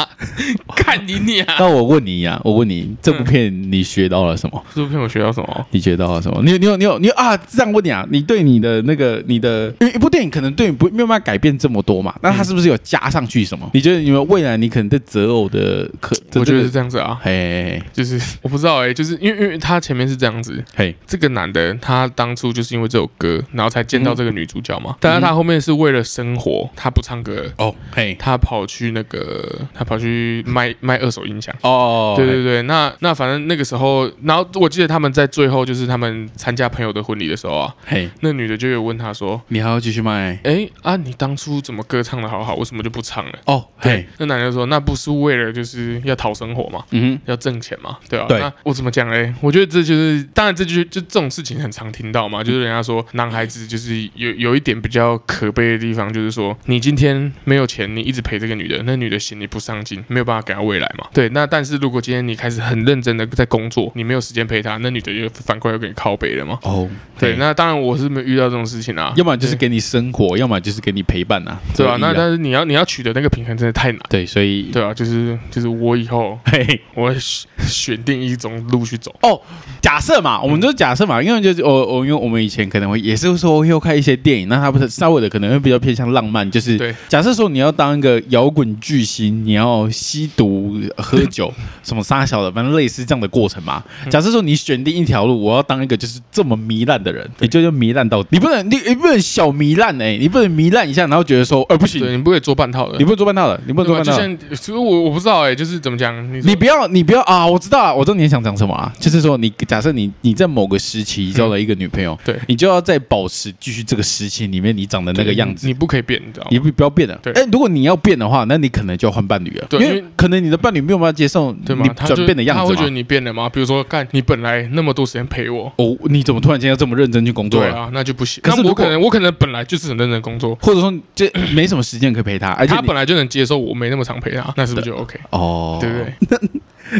Speaker 1: 看你你啊！
Speaker 2: [laughs] 那我问你呀、我问你，这部片你学到了什么？
Speaker 1: 这部片我学到什么？
Speaker 2: 你学到了什么？你你有你有你有啊！这样问你啊，你对你的那个你的，因为一部电影可能对你不没有办法改变这么多嘛，那它是不是有加上去什么？你觉得你们未来你可能对择偶的可，
Speaker 1: 嗯我觉得是
Speaker 2: 这个
Speaker 1: 这样子啊，
Speaker 2: 嘿
Speaker 1: 就是我不知道哎、就是因为因为他前面是这样子，
Speaker 2: 嘿
Speaker 1: 这个男的他当初就是因为这首歌，然后才见到这个女主角嘛。但是他后面是为了生活，他不唱歌了，
Speaker 2: 哦嘿
Speaker 1: 他跑去那个，他跑去卖卖二手音响。
Speaker 2: 哦，
Speaker 1: 对对对，那那反正那个时候，然后我记得他们在最后就是他们参加朋友的婚礼的时候啊，
Speaker 2: 嘿，
Speaker 1: 那女的就有问他说
Speaker 2: 你还要继续卖：“？
Speaker 1: 哎啊，你当初怎么歌唱的好好，为什么就不唱了
Speaker 2: 哦？”
Speaker 1: 对
Speaker 2: 嘿，，
Speaker 1: 那男的说：“那不是为了就是要讨生活嘛，
Speaker 2: 嗯
Speaker 1: 要挣钱嘛，对啊。
Speaker 2: 对
Speaker 1: 那我怎么讲嘞？我觉得这就是，当然这就是就这种事情很常听到
Speaker 2: 嗯
Speaker 1: 嘛，就是人家说男孩子就是有有一点比较可悲的地方，就是说你今天没有钱，你一直陪这个女的，那女的嫌你不上进，没有办法给她未来嘛。对，那但是如果今天你开始很认真的在工作，你没有时间陪她，那女的就反过来又给你靠背了嘛。
Speaker 2: 哼，哦
Speaker 1: 对，
Speaker 2: 嘿
Speaker 1: 那当然我是没有遇到这种事情啊，
Speaker 2: 要么就是给你生活，要么就是给你陪伴啊，
Speaker 1: 对吧、
Speaker 2: 所以
Speaker 1: 那
Speaker 2: 啊
Speaker 1: 但是你要你要取得那个平衡真的太难，
Speaker 2: 对，所以
Speaker 1: 对啊，就是就是我以后
Speaker 2: 嘿。
Speaker 1: 我会选 [laughs] 选定一种路去走。
Speaker 2: 哦，假设嘛，我们就假设嘛，因为就是我我因为我们以前可能会也是说会看一些电影，那它不是稍微的可能会比较偏向浪漫，就是
Speaker 1: 对
Speaker 2: 假设说你要当一个摇滚巨星，你要吸毒、喝 [laughs] 酒、什么杀小的，反正类似这样的过程嘛。假设说你选定一条路，我要当一个就是这么糜烂的人，你就就糜烂到底，你不能你你不能小糜烂哎，你不能糜烂一下，然后觉得说，呃不
Speaker 1: 对
Speaker 2: 行，
Speaker 1: 你不可以做半套的，
Speaker 2: 你不能做半套的，你不能做
Speaker 1: 对吧？啊
Speaker 2: 半
Speaker 1: 就
Speaker 2: 套的。
Speaker 1: 像，其实我我不知道哎、就是怎么讲，你
Speaker 2: 你不要，你不要啊！我知道了，我知道你想讲什么啊，就是说你假设你你在某个时期交了一个女朋友，
Speaker 1: 对
Speaker 2: 你就要在保持继续这个时期里面你长的那个样子，
Speaker 1: 你不可以变，你知道
Speaker 2: 你
Speaker 1: 吗？
Speaker 2: 不不要变了。
Speaker 1: 对
Speaker 2: 哎，如果你要变的话，那你可能就要换伴侣了，
Speaker 1: 对
Speaker 2: 因
Speaker 1: 因
Speaker 2: 为
Speaker 1: 为
Speaker 2: 可能你的伴侣没有办法接受
Speaker 1: 对
Speaker 2: 你
Speaker 1: 吗？他就
Speaker 2: 转变的样
Speaker 1: 他
Speaker 2: 子
Speaker 1: 会觉得
Speaker 2: 嘛。
Speaker 1: 你变了吗？比如说，干，你本来那么多时间陪我，
Speaker 2: 哦，你怎么突然间要这么认真去工作
Speaker 1: 对
Speaker 2: 了？
Speaker 1: 啊，那就不行。
Speaker 2: 可是
Speaker 1: 那
Speaker 2: 如
Speaker 1: 我
Speaker 2: 果
Speaker 1: 可能我可能本来就是很认真工作，
Speaker 2: 或者说这没什么时间可以陪他，而且
Speaker 1: 他
Speaker 2: 你
Speaker 1: 本来就能接受我没那么常陪他，那是不是就 OK？
Speaker 2: 哦，
Speaker 1: 对不对？？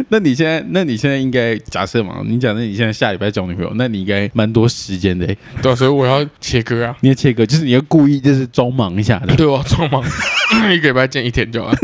Speaker 2: 那你现在，那你现在应该假设嘛？你假设你现在下礼拜交女朋友，那你应该蛮多时间的欸。
Speaker 1: 对啊，所以我要切割啊。 [laughs]
Speaker 2: 你要切割，就是你要故意就是装忙一下的。
Speaker 1: 对，我要装忙， [laughs] 一个礼拜见一天就好了。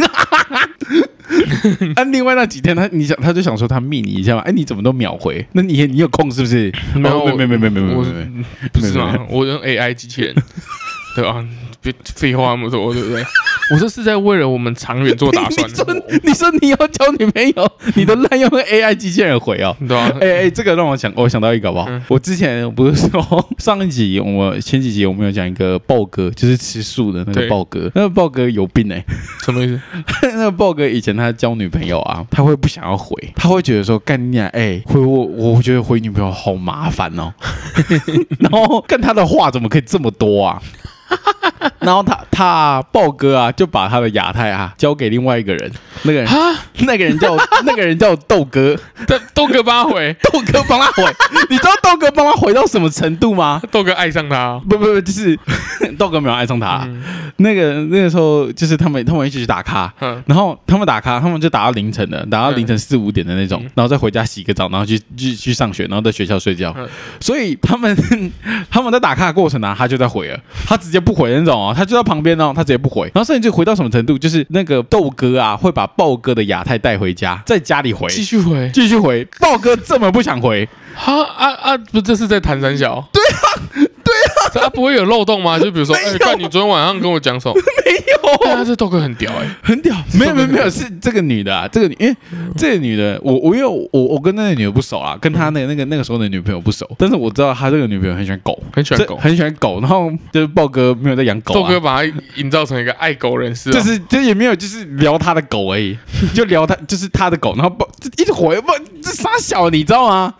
Speaker 2: 啊，另外那几天他，你想他就想说他密你一下嘛，哎，你怎么都秒回？那你也你有空是不是？
Speaker 1: 没有
Speaker 2: [laughs] 哦没没没没没
Speaker 1: 我
Speaker 2: 没没，
Speaker 1: 不是
Speaker 2: 没
Speaker 1: 吗？我用 AI 机器人， [laughs] 对吧？别废话那么多，对不对？我这是在为了我们长远做打算
Speaker 2: [laughs] 你
Speaker 1: 的。
Speaker 2: 说
Speaker 1: 我
Speaker 2: 你说你要交女朋友，你都滥用 AI 机器人回哦。
Speaker 1: 对啊，
Speaker 2: 哎哎，这个让我想，我想到一个好不好？
Speaker 1: 嗯
Speaker 2: 我之前不是说 [laughs] 上一集我们前几集我们有讲一个豹哥，就是吃素的那个
Speaker 1: 对
Speaker 2: 豹哥，那个豹哥有病哎、
Speaker 1: 什么意思？
Speaker 2: [laughs] 那个豹哥以前他交女朋友啊，他会不想要回，他会觉得说干你娘，哎、回我，我觉得回女朋友好麻烦哦。 [laughs] 然后干他的话怎么可以这么多啊？ [laughs] 然后他他豹哥啊，就把他的亚太啊交给另外一个人，那个人
Speaker 1: 啊，
Speaker 2: 那个人叫那个人叫豆哥，
Speaker 1: 豆豆哥帮他回，
Speaker 2: 豆哥帮他回， [laughs] 你知道豆哥帮他回到什么程度吗？
Speaker 1: 豆哥爱上他。
Speaker 2: 不不不，就是 [laughs] 豆哥没有爱上他、啊
Speaker 1: 嗯
Speaker 2: 那个那个时候就是他们他们一起去打卡，
Speaker 1: 嗯，
Speaker 2: 然后他们打卡，他们就打到凌晨的，打到凌晨四五点的那种，
Speaker 1: 嗯
Speaker 2: 然后再回家洗个澡，然后去去去上学，然后在学校睡觉。
Speaker 1: 嗯
Speaker 2: 所以他们 [laughs] 他们在打卡的过程啊，他就在回了，他直接不回那种哦，他就在旁边哦，他直接不回。然后甚至回到什么程度，就是那个豆哥啊，会把豹哥的亚太带回家，在家里回。
Speaker 1: 继续回。
Speaker 2: 继续回，豹哥这么不想回，
Speaker 1: 哈啊啊！不，这是在谈三小。对啊，对啊，他不会有漏洞吗？就比如说，
Speaker 2: 没有
Speaker 1: 哎，看你昨天晚上跟我讲什么？
Speaker 2: 没有
Speaker 1: 对啊，这豆哥很屌哎。
Speaker 2: 很
Speaker 1: [laughs]
Speaker 2: 屌，没有没有没有，是这个女的啊，这个女，因为
Speaker 1: 嗯
Speaker 2: 这个女的，我我因为我我跟那个女的不熟啊，跟她那个那个那个时候的女朋友不熟，但是我知道她这个女朋友很喜欢狗，啊
Speaker 1: 很喜欢狗
Speaker 2: 这很喜欢狗，然后就是豹哥没有在养狗、啊，
Speaker 1: 豆哥把他营造成一个爱狗人士啊。
Speaker 2: 就是就也没有就是聊他的狗
Speaker 1: [laughs]
Speaker 2: 而已，就聊他就是他的狗，然后豹就一直回不这傻小你知
Speaker 1: [laughs]
Speaker 2: 道吗？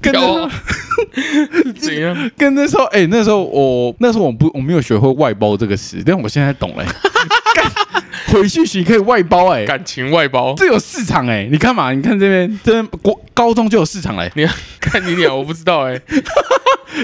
Speaker 2: 跟
Speaker 1: 屌
Speaker 2: 着
Speaker 1: 啊 [laughs] 是怎样？
Speaker 2: 跟那时候，哎、那时候我那时候我不我没有学会外包这个词，但我现在懂了、欸
Speaker 1: [laughs]
Speaker 2: 干回去学可以外包哎、
Speaker 1: 感情外包。
Speaker 2: 这有市场哎、你看嘛，你看这边，这边国高中就有市场嘞、
Speaker 1: 你 [laughs] 看你俩，我不知道哎、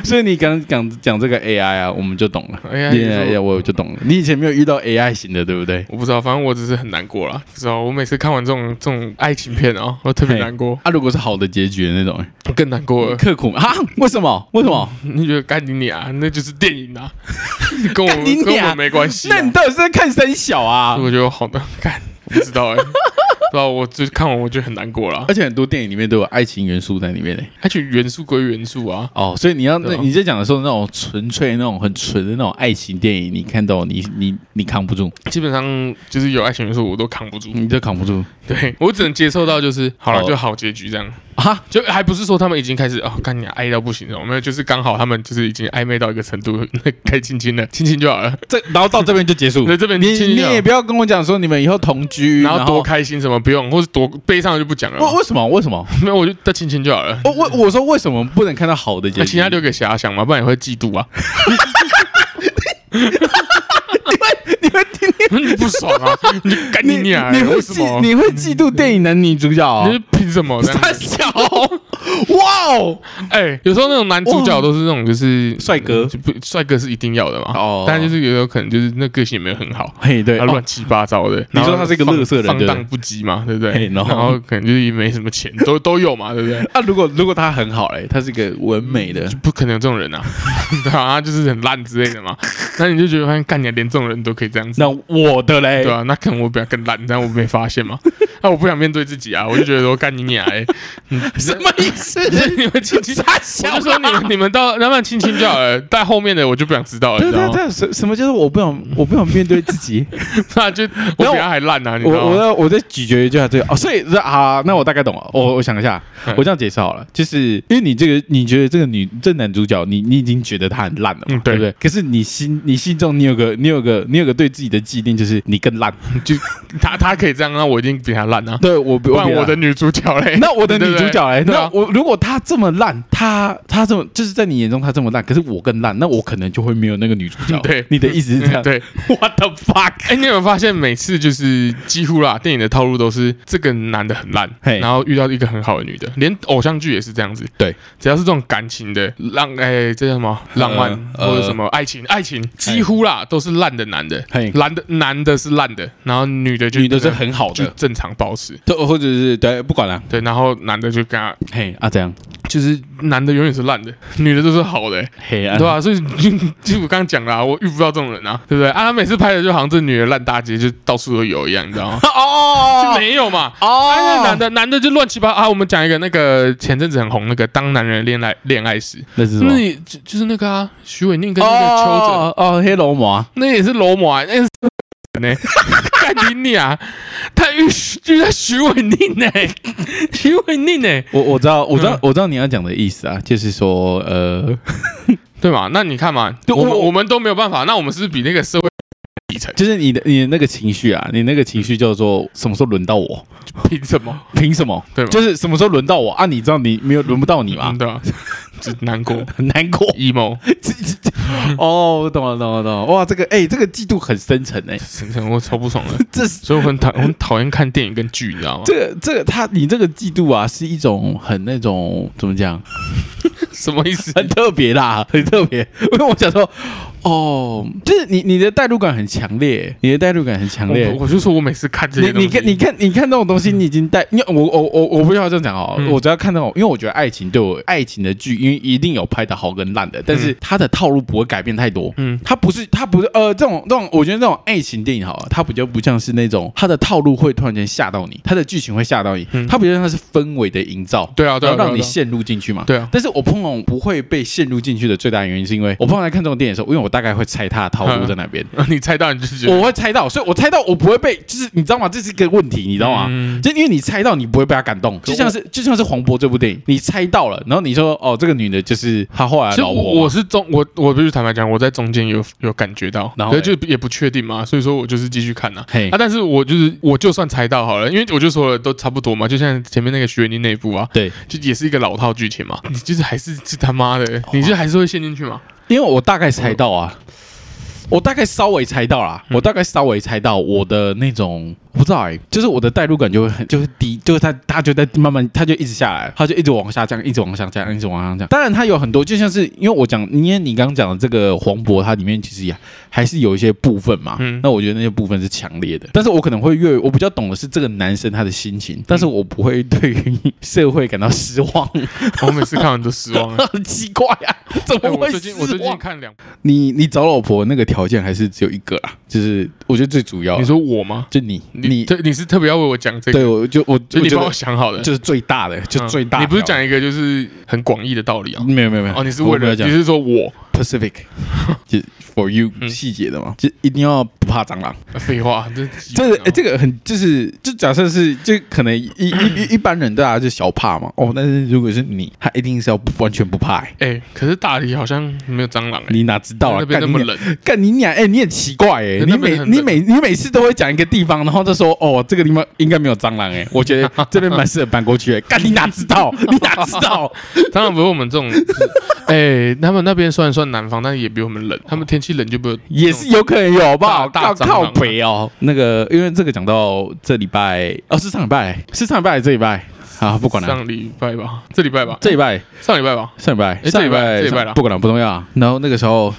Speaker 2: 所以你刚讲讲这个 AI 啊，我们就懂了。
Speaker 1: AI
Speaker 2: 你
Speaker 1: 你说
Speaker 2: 呀，我就懂了。你以前没有遇到 AI 型的，对不对？
Speaker 1: 我不知道，反正我只是很难过啦。不知道，我每次看完这种这种爱情片啊、我特别
Speaker 2: 嘿
Speaker 1: 难过。
Speaker 2: 啊，如果是好的结局的那种欸，
Speaker 1: 对更难过了。
Speaker 2: 刻苦啊？为什么？为什么？
Speaker 1: 你觉得干你俩，那就是电影啊， [laughs] 跟我
Speaker 2: 干你
Speaker 1: 们跟我
Speaker 2: 俩
Speaker 1: 们没关系啊、
Speaker 2: 那你到底是在看三小啊？
Speaker 1: 我觉得好难看，我不知道哎、欸， [laughs] 对吧？我就看完我就很难过
Speaker 2: [laughs]
Speaker 1: 了。
Speaker 2: 而且很多电影里面都有爱情元素在里面嘞。
Speaker 1: 它去元素归元素啊，
Speaker 2: 哦，所以你要那
Speaker 1: 对啊
Speaker 2: 你在讲的时候，那种纯粹、那种很纯的那种爱情电影，你看到你你你扛不住，
Speaker 1: 基本上就是有爱情元素我都扛不住，
Speaker 2: 你就扛不住
Speaker 1: 对我只能接受到就是好了
Speaker 2: 哦
Speaker 1: 就好结局这样，
Speaker 2: 啊！
Speaker 1: 就还不是说他们已经开始哦，干你啊爱到不行了，没有，就是刚好他们就是已经暧昧到一个程度，那该亲亲了， [laughs] 亲亲就好了，
Speaker 2: 这然后到这边就结束，
Speaker 1: 对这边
Speaker 2: 你
Speaker 1: 亲亲
Speaker 2: 你
Speaker 1: 就好
Speaker 2: 也不要跟我讲说你们以后同居，
Speaker 1: 然后
Speaker 2: 后哦
Speaker 1: 多开心什么不用，或是多悲伤就不讲
Speaker 2: 为
Speaker 1: 了，
Speaker 2: 为什么为什么？
Speaker 1: 没有我就再亲亲就好了。
Speaker 2: 我我我说为什么不能看到好的结
Speaker 1: 那
Speaker 2: 局？
Speaker 1: 其他留给遐想嘛，不然你会嫉妒啊！你会你会天天 [laughs] 不爽啊！你就干
Speaker 2: 你
Speaker 1: 你娘欸！
Speaker 2: 你会
Speaker 1: 为什么
Speaker 2: 嫉？你会嫉妒电影男女主角
Speaker 1: 你
Speaker 2: 哦
Speaker 1: 是？凭什么这样
Speaker 2: 三
Speaker 1: 子？
Speaker 2: 小，哇哦！
Speaker 1: 哎、有时候那种男主角都是那种就是嗯
Speaker 2: 帅哥
Speaker 1: 就不帅哥是一定要的嘛。
Speaker 2: 哦
Speaker 1: 哦，但就是有时候可能就是那个性也没有很好，
Speaker 2: 嘿，对，
Speaker 1: 他
Speaker 2: 哦
Speaker 1: 乱七八糟的。
Speaker 2: 你说
Speaker 1: 然后
Speaker 2: 他是一个
Speaker 1: 放
Speaker 2: 垃圾人
Speaker 1: 放
Speaker 2: 对不对
Speaker 1: 荡不羁嘛，对不对
Speaker 2: 嘿？然
Speaker 1: 然
Speaker 2: 后
Speaker 1: 后可能就是也没什么钱，都都有嘛，对
Speaker 2: [laughs]
Speaker 1: 不对？
Speaker 2: 啊，如果如果他很好嘞，他是一个完美的，
Speaker 1: 不可能有这种人啊， [laughs] 对啊，他就是很烂之类的嘛。那你就觉得发现，干你连这种人都可以这样子，
Speaker 2: [laughs] 那我的嘞，
Speaker 1: 对啊，那可能我比较更烂，但我没发现嘛。那、我不想面对自己啊，我就觉得说干你娘、
Speaker 2: [laughs]
Speaker 1: 欸，
Speaker 2: [laughs] 什么意思？ [laughs]
Speaker 1: 你们亲亲，
Speaker 2: 三
Speaker 1: 我
Speaker 2: 小
Speaker 1: 就说你们你们到那么亲亲就好了，但后面的我就不想知道了，你
Speaker 2: 对
Speaker 1: 知道
Speaker 2: 对
Speaker 1: 吗？
Speaker 2: 对，什什么就是我不想，我不想面对自 [laughs] 己，
Speaker 1: [laughs] 那啊就我比他还烂啊，你
Speaker 2: 我
Speaker 1: 知道
Speaker 2: 我
Speaker 1: 吗？
Speaker 2: 在我在咀嚼一下这个哦，所以啊，那我大概懂了，我我想一下
Speaker 1: 嗯，
Speaker 2: 我这样解释好了，就是因为你这个你觉得这个女这男主角，你你已经觉得他很烂了嘛，
Speaker 1: 嗯
Speaker 2: 对
Speaker 1: 对
Speaker 2: 不对？可是你心你心中你有个你有个你有个对自己的既定，就是你更烂，
Speaker 1: 就他他可以这样，那我一定比他烂啊。
Speaker 2: 对我不
Speaker 1: 不然我的。女主角嘞，
Speaker 2: [laughs] 那我的
Speaker 1: 对
Speaker 2: 女
Speaker 1: 不
Speaker 2: 主
Speaker 1: 对
Speaker 2: 角哎，
Speaker 1: [laughs] 对
Speaker 2: 那
Speaker 1: 啊
Speaker 2: 我如果她这么烂，她她这么就是在你眼中她这么烂，可是我更烂，那我可能就会没有那个女主 [laughs] 角。
Speaker 1: 对
Speaker 2: 你的意思是这
Speaker 1: 嗯
Speaker 2: 样？
Speaker 1: 对，
Speaker 2: [laughs] ，What the fuck？
Speaker 1: 哎、你有没有发现每次就是几乎啦，电影的套路都是这个男的很烂，
Speaker 2: 嘿
Speaker 1: 然后遇到一个很好的女的，连偶像剧也是这样子。
Speaker 2: 对，
Speaker 1: 只要是这种感情的浪，哎、这叫什么浪漫、
Speaker 2: 呃
Speaker 1: 或者什么爱情，爱情几乎啦都是烂的男的
Speaker 2: 嘿，
Speaker 1: 男的男的是烂的，然后女的就
Speaker 2: 女的是很好
Speaker 1: 就
Speaker 2: 的，
Speaker 1: 正常保持。
Speaker 2: 对，或者是对，不管了，
Speaker 1: 对，然后男的就跟他，
Speaker 2: 嘿啊，这样，
Speaker 1: 就是男的永远是烂的， [laughs] 女的都是好的、欸
Speaker 2: 嘿啊，
Speaker 1: 对啊，所以 [laughs] 就就我刚刚讲了、啊，我遇不到这种人啊，对不对？啊，他每次拍的就好像这女的烂大街，就到处都有一样，你知道吗？
Speaker 2: 哦
Speaker 1: 就没有嘛。
Speaker 2: 哦，
Speaker 1: 但是男的男的就乱七八啊，我们讲一个那个前阵子很红那个当男人的恋爱恋爱史，
Speaker 2: 那是什么
Speaker 1: 那？也就就是那个啊，徐伟宁跟那个邱泽，
Speaker 2: 哦哦，黑龙膜，
Speaker 1: 那也是罗马，那是 [laughs] 呢，干你娘！他遇遇到徐伟宁呢， [laughs] 徐伟宁呢，
Speaker 2: 我我知道，我知道
Speaker 1: 嗯，
Speaker 2: 我知道你要讲的意思啊，就是说，呃，
Speaker 1: 对嘛？那你看嘛，
Speaker 2: 对
Speaker 1: 我们
Speaker 2: 我
Speaker 1: 我们都没有办法，那我们是不是比那个社会底层
Speaker 2: 就是你的你的那个情绪啊，你那个情绪叫做什么时候轮到我？
Speaker 1: 凭什么？
Speaker 2: 凭什么？
Speaker 1: 对嘛
Speaker 2: [laughs] 就是什么时候轮到我啊？你知道你没有轮不到你吗
Speaker 1: 嗯？对啊， [laughs] 就难过
Speaker 2: 很 [laughs] 难过
Speaker 1: emo，
Speaker 2: 哦，我懂了，懂了，懂了。哇，这个哎、这个嫉妒很深沉哎、
Speaker 1: 真的我超不爽的，
Speaker 2: 这是
Speaker 1: 所以我很讨我很讨厌看电影跟剧，你知道吗？
Speaker 2: 这个这个他，你这个嫉妒啊，是一种很那种怎么讲， [laughs]
Speaker 1: 什么意思？
Speaker 2: 很特别啦，很特别。 [laughs] 因为我想说，哦，就是你你的代入感很强烈，你的代入感很强烈
Speaker 1: 我。我就说我每次看这
Speaker 2: 你
Speaker 1: 些东
Speaker 2: 你
Speaker 1: 西，
Speaker 2: 看你看你看那种东西，你已经带你我我我我不需要这样讲哦，
Speaker 1: 嗯
Speaker 2: 我只要看那种，因为我觉得爱情对我爱情的剧，因为一定有拍的好跟烂的，但是它的套路不会改变太多。
Speaker 1: 嗯
Speaker 2: 它不是它不是呃这种这种，我觉得这种爱情电影好了，它比较不像是那种它的套路会突然间吓到你，它的剧情会吓到你，
Speaker 1: 嗯
Speaker 2: 它比较像是氛围的营造，
Speaker 1: 对啊对啊，
Speaker 2: 然
Speaker 1: 对
Speaker 2: 后
Speaker 1: 啊
Speaker 2: 让你
Speaker 1: 对啊
Speaker 2: 陷入进去嘛。
Speaker 1: 对啊，
Speaker 2: 但是我碰碰不会被陷入进去的最大原因，是因为我碰碰来看这种电影的时候，因为我大概会猜它的套
Speaker 1: 嗯
Speaker 2: 路在哪边，
Speaker 1: 啊你猜到你就觉得
Speaker 2: 我会猜到，所以我猜到我不会被，就是你知道吗？这是一个问题，你知道吗？
Speaker 1: 嗯
Speaker 2: 就因为你猜到，你不会被他感动，
Speaker 1: 可
Speaker 2: 就
Speaker 1: 我
Speaker 2: 像是就像是黄渤这部电影，你猜到了，然后你说哦，这个女的就是他后来
Speaker 1: 其实
Speaker 2: 的老
Speaker 1: 我
Speaker 2: 婆嘛，
Speaker 1: 我是中我我必须坦白讲，我在中间有有感觉到，
Speaker 2: 然后哎
Speaker 1: 可是就也不确定嘛，所以说我就是继续看呐、啊。
Speaker 2: 嘿
Speaker 1: 但是我就是我就算猜到好了，因为我就说了都差不多嘛，就像前面那个徐元宁那一部啊，
Speaker 2: 对，
Speaker 1: 就也是一个老套剧情嘛，
Speaker 2: 嗯
Speaker 1: 你就是还是是他妈的，
Speaker 2: 哦
Speaker 1: 你就还是会陷进去
Speaker 2: [laughs]
Speaker 1: 嘛。
Speaker 2: 因为我大概猜
Speaker 1: 嗯
Speaker 2: 到啊，我大概稍微猜到啦，我大概稍微猜到我的那种，不知道哎、就是我的代入感就会很就是低，就是他他就在慢慢他就一直下来，他就一直往下降，一直往下降，一直往下降。当然他有很多，就像是因为我讲，因为你刚刚讲的这个黄渤，它里面其实也还是有一些部分嘛，
Speaker 1: 嗯
Speaker 2: 那我觉得那些部分是强烈的，但是我可能会越我比较懂的是这个男生他的心
Speaker 1: 嗯
Speaker 2: 情，但是我不会对于社会感到失望， [laughs]
Speaker 1: 我每次看完都失望了。
Speaker 2: 很奇怪啊，怎
Speaker 1: 哎
Speaker 2: 么
Speaker 1: 我
Speaker 2: 会
Speaker 1: 最
Speaker 2: 失
Speaker 1: 近
Speaker 2: 望？
Speaker 1: 我最近看两，
Speaker 2: 你你找老婆那个条件还是只有一个啊，就是我觉得最主要
Speaker 1: 你说我吗？
Speaker 2: 就你
Speaker 1: 你
Speaker 2: 你
Speaker 1: 特你是特别要为我讲这个，
Speaker 2: 对我就我
Speaker 1: 就
Speaker 2: 我
Speaker 1: 你
Speaker 2: 觉
Speaker 1: 帮我
Speaker 2: 得
Speaker 1: 想好了，
Speaker 2: 就是最大的就
Speaker 1: 嗯
Speaker 2: 最大
Speaker 1: 你
Speaker 2: 的条件，
Speaker 1: 不是讲一个就是很广义的道理啊？
Speaker 2: 没有没有没有
Speaker 1: 哦，你是为了
Speaker 2: 我没有
Speaker 1: 你
Speaker 2: 讲
Speaker 1: 是说我
Speaker 2: Pacific
Speaker 1: [laughs]
Speaker 2: 就 for you
Speaker 1: 嗯
Speaker 2: 细节的嘛，就一定要不怕蟑螂。
Speaker 1: 废话，这
Speaker 2: 这个、诶这
Speaker 1: 个
Speaker 2: 个很就是就假设是就可能一一一一般人大家就小怕嘛哦，但是如果是你，他一定是要不完全不怕、欸。
Speaker 1: 哎，可是大理好像没有蟑螂哎，
Speaker 2: 你哪知道啊？
Speaker 1: 那边
Speaker 2: 干
Speaker 1: 那么
Speaker 2: 你娘
Speaker 1: 冷，
Speaker 2: 干你俩，哎、你很奇怪哎、
Speaker 1: 那
Speaker 2: 你
Speaker 1: 那边
Speaker 2: 每
Speaker 1: 很冷
Speaker 2: 你每你每次都会讲一个地方，然后就说哦，这个地方应该没有蟑螂哎、我
Speaker 1: [laughs]
Speaker 2: 觉得这边蛮适合搬过去、欸。干你哪知道？你哪知道？
Speaker 1: [laughs] 当然不是我们这种， [laughs] 哎，他们那边虽然算南方，但也比我们冷，他们天气冷就不会
Speaker 2: 也是有可能有，好不好？
Speaker 1: 大
Speaker 2: 靠
Speaker 1: 大蟑螂
Speaker 2: 靠
Speaker 1: 啊
Speaker 2: 北哦。那个，因为这个讲到这礼拜，哦，是上礼拜，是上礼拜，这礼拜，好，不管了，
Speaker 1: 上礼拜吧，这礼拜吧，
Speaker 2: 这礼拜，
Speaker 1: 上礼拜吧，
Speaker 2: 上礼拜，
Speaker 1: 诶
Speaker 2: 上礼
Speaker 1: 这礼拜这礼拜
Speaker 2: 上
Speaker 1: 啦
Speaker 2: 不管了，不重要。然后那个时候，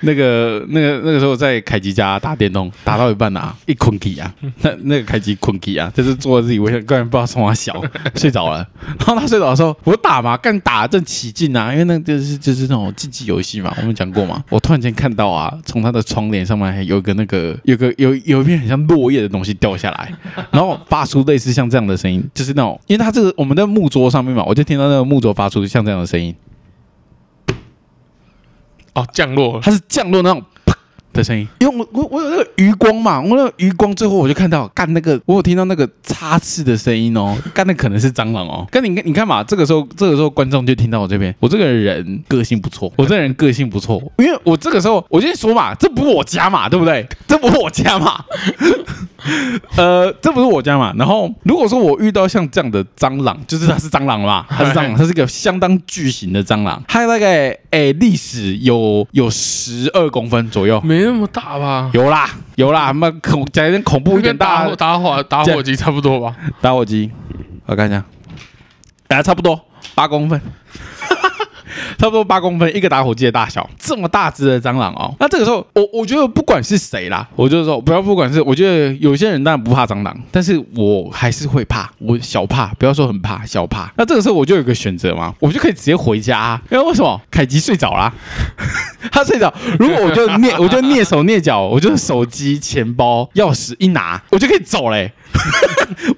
Speaker 2: [laughs] 那个、那个、那个时候在凯吉家打电动，打到一半啊， [laughs] 一困起啊，那那个凯吉困起啊，就是坐在自己位置，根本不知道从哪小， [laughs] 睡着了。然后他睡着的时候，我打嘛，干打得正起劲啊，因为那就是就是那种竞技游戏嘛，我们讲过嘛。我突然间看到啊，从他的窗帘上面还有一个那个有个有有一片很像落叶的东西掉下来，然后发出类似像这样的声音，就是那种，因为他这个我们在木桌上面嘛，我就听到那个木桌发出像这样的声音，
Speaker 1: 哦，降落了，
Speaker 2: 它是降落那种。啪的声音，因为我我我有那个余光嘛，我那个余光最后我就看到，干那个我有听到那个插翅的声音哦，干那可能是蟑螂 [laughs] 哦。干你你看嘛，这个时候这个时候观众就听到我这边，我这个人个性不错，我这个人个性不错，因为我这个时候我就说嘛，这不是我家嘛，对不对？这不是我家嘛， [laughs] 呃，这不是我家嘛。然后如果说我遇到像这样的蟑螂，就是它是蟑螂嘛，它是蟑螂，它是一个相当巨型的蟑螂，它大概诶历史有有十二公分左右，
Speaker 1: 没那么大吧？
Speaker 2: 有啦有啦，妈恐讲一点恐怖一点，
Speaker 1: 跟打
Speaker 2: 大
Speaker 1: 火
Speaker 2: 家
Speaker 1: 打火打火机差不多吧？
Speaker 2: 打火机，我看一下，哎、差不多八公分。 [laughs] 差不多八公分，一个打火机的大小，这么大只的蟑螂哦。那这个时候，我我觉得不管是谁啦，我就是说，不要不管是，我觉得有些人当然不怕蟑螂，但是我还是会怕，我小怕，不要说很怕，小怕。那这个时候我就有一个选择嘛，我就可以直接回家、啊，因为为什么？凯吉睡着啦， [laughs] 他睡着，如果我就蹑，我就蹑手蹑脚，我就手机、钱包、钥匙一拿，我就可以走嘞、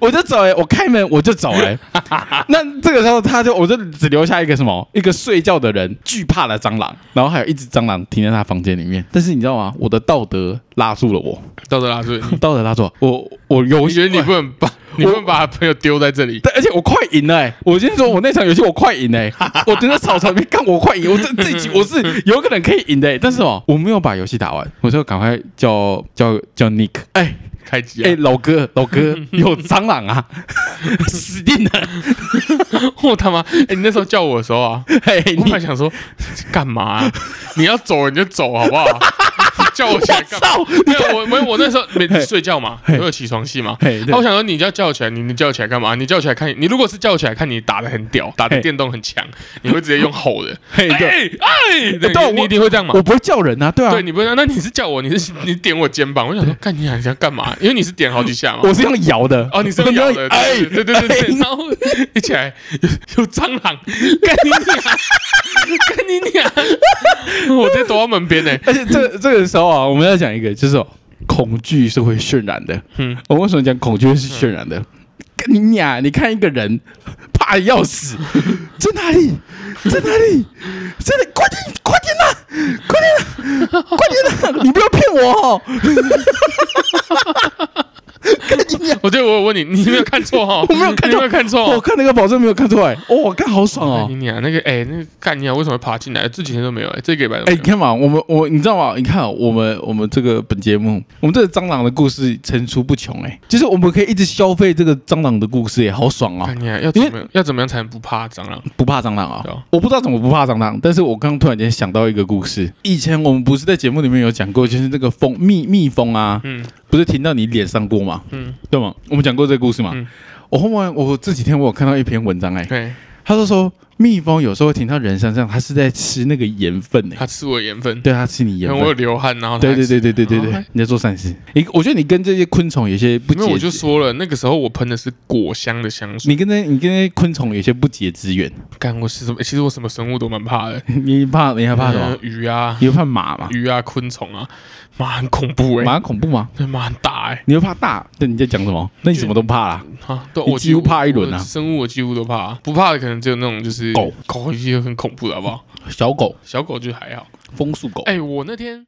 Speaker 2: 我就走哎、我开门我就走哎、那这个时候他就我就只留下一个什么，一个睡觉的人，惧怕的蟑螂，然后还有一只蟑螂停在他房间里面。但是你知道吗？我的道德拉住了我，
Speaker 1: 到这啦，
Speaker 2: [laughs]
Speaker 1: 所以你
Speaker 2: 道德拉住我，我我游
Speaker 1: 我
Speaker 2: 戏
Speaker 1: 觉得你不能把你不能把朋友丢在这里。
Speaker 2: 对，而且我快赢了、欸！我先说，我那场游戏我快赢了、欸，我蹲在草丛里面干，我快赢！我这这一局我是有可能可以赢的、欸，但是哦，我没有把游戏打完，我就赶快叫叫叫 Nick，哎、
Speaker 1: 开机
Speaker 2: 哎、
Speaker 1: 啊！
Speaker 2: 老哥老哥，有蟑螂啊，死定了！
Speaker 1: 我他妈！哎，你那时候叫我的时候啊，
Speaker 2: 嘿、
Speaker 1: 我
Speaker 2: 哎你
Speaker 1: 本来想说干嘛啊？你要走你就走好不
Speaker 2: [laughs]
Speaker 1: 好？叫我起来干嘛？
Speaker 2: 操！
Speaker 1: 没有，我没有，我那时候每
Speaker 2: [laughs] 嘿
Speaker 1: 睡觉嘛，我
Speaker 2: 嘿
Speaker 1: 有起床气嘛。
Speaker 2: 嘿，对
Speaker 1: 那我想说，你要叫我起来，你你叫我起来干嘛？你叫我起来看，你如果是叫我起来看你打的很屌，打的
Speaker 2: 嘿
Speaker 1: 电动很强，你会直接用吼的。
Speaker 2: 嘿
Speaker 1: 哎
Speaker 2: 对，
Speaker 1: 哎，对
Speaker 2: 对
Speaker 1: 你
Speaker 2: 我
Speaker 1: 你一定会这样嘛？
Speaker 2: 我不会叫人啊，对啊，
Speaker 1: 对，你不是，那你是叫我，你是你点我肩膀，我想说，看你还想干嘛？因为你是点好几下嘛。
Speaker 2: 我是用摇的。
Speaker 1: 哦，你是用咬的，
Speaker 2: 哎，
Speaker 1: 对对对对对，
Speaker 2: 哎
Speaker 1: 然后一起来有有蟑螂，干你娘，干你娘！我在躲到门边呢，
Speaker 2: 而且哎这个这个时候啊，我们要讲一个，就是、哦、恐惧是会渲染的。
Speaker 1: 嗯
Speaker 2: 嗯，我为什么讲恐惧是渲染的？跟你俩，你看一个人怕的
Speaker 1: [laughs]
Speaker 2: 要死，在哪里？在哪里？在哪里？快点，快点呐、快点呐、快点啊呐、你不要骗我哦！跟你俩，
Speaker 1: 我觉得我有问你，你没有看错哈？
Speaker 2: [laughs] 我没有看错
Speaker 1: 你没有看错
Speaker 2: 我
Speaker 1: 哦。
Speaker 2: 看那个保证没有看出来，哦，看好爽哦
Speaker 1: 干！你娘，那个哎，那个干你娘为什么爬进来？这几天都没有哎，这个礼拜都没
Speaker 2: 哎、
Speaker 1: 有
Speaker 2: 你看嘛，我们我你知道吗？你看啊我们我们这个本节目，我们这个蟑螂的故事层出不穷哎、就是我们可以一直消费这个蟑螂的故事哎、好爽啊、
Speaker 1: 干你娘要怎么样要怎么样才能不怕蟑螂？
Speaker 2: 不怕蟑螂啊、
Speaker 1: 对啊
Speaker 2: 我不知道怎么不怕蟑螂，但是我刚刚突然间想到一个故事，以前我们不是在节目里面有讲过，就是那个蜂蜜蜜蜂啊，
Speaker 1: 嗯，
Speaker 2: 不是停到你脸上过吗？
Speaker 1: 嗯，
Speaker 2: 对吗？我们讲过这个故事嘛。
Speaker 1: 嗯
Speaker 2: 我后面我这几天我有看到一篇文章、哎，
Speaker 1: 对，
Speaker 2: 他就说蜜蜂有时候会停到人身上，它是在吃那个盐分、哎，
Speaker 1: 他吃我的盐分，
Speaker 2: 对，它吃你盐
Speaker 1: 然嗯后我有
Speaker 2: 分。
Speaker 1: 流汗，然后
Speaker 2: 对对对对对对
Speaker 1: 然后
Speaker 2: 对
Speaker 1: 还，
Speaker 2: 你在做善事。你我觉得你跟这些昆虫有些不
Speaker 1: 因为我
Speaker 2: 解
Speaker 1: 就
Speaker 2: 之，
Speaker 1: 说了，那个时候我喷的是果香的香水，
Speaker 2: 你跟那你跟那些昆虫有些不解之缘。 [laughs]
Speaker 1: 干我是什么？其实我什么生物都蛮怕的，
Speaker 2: 你怕你还怕什么
Speaker 1: 呃？鱼啊，
Speaker 2: 你会怕马吗？
Speaker 1: 鱼啊，昆虫啊，妈很恐怖哎，
Speaker 2: 马恐怖吗？
Speaker 1: 对妈很大哎，
Speaker 2: 你会怕大？那你在讲什么？那你什么都怕啦？
Speaker 1: 啊，对，
Speaker 2: 你
Speaker 1: 我
Speaker 2: 几乎怕一轮啊
Speaker 1: 我生物我几乎都怕，不怕的可能只有那种就是
Speaker 2: 狗，
Speaker 1: 狗也很恐怖的好不好？
Speaker 2: 小狗、
Speaker 1: 小狗就还好。
Speaker 2: 风速狗。
Speaker 1: 哎，我那天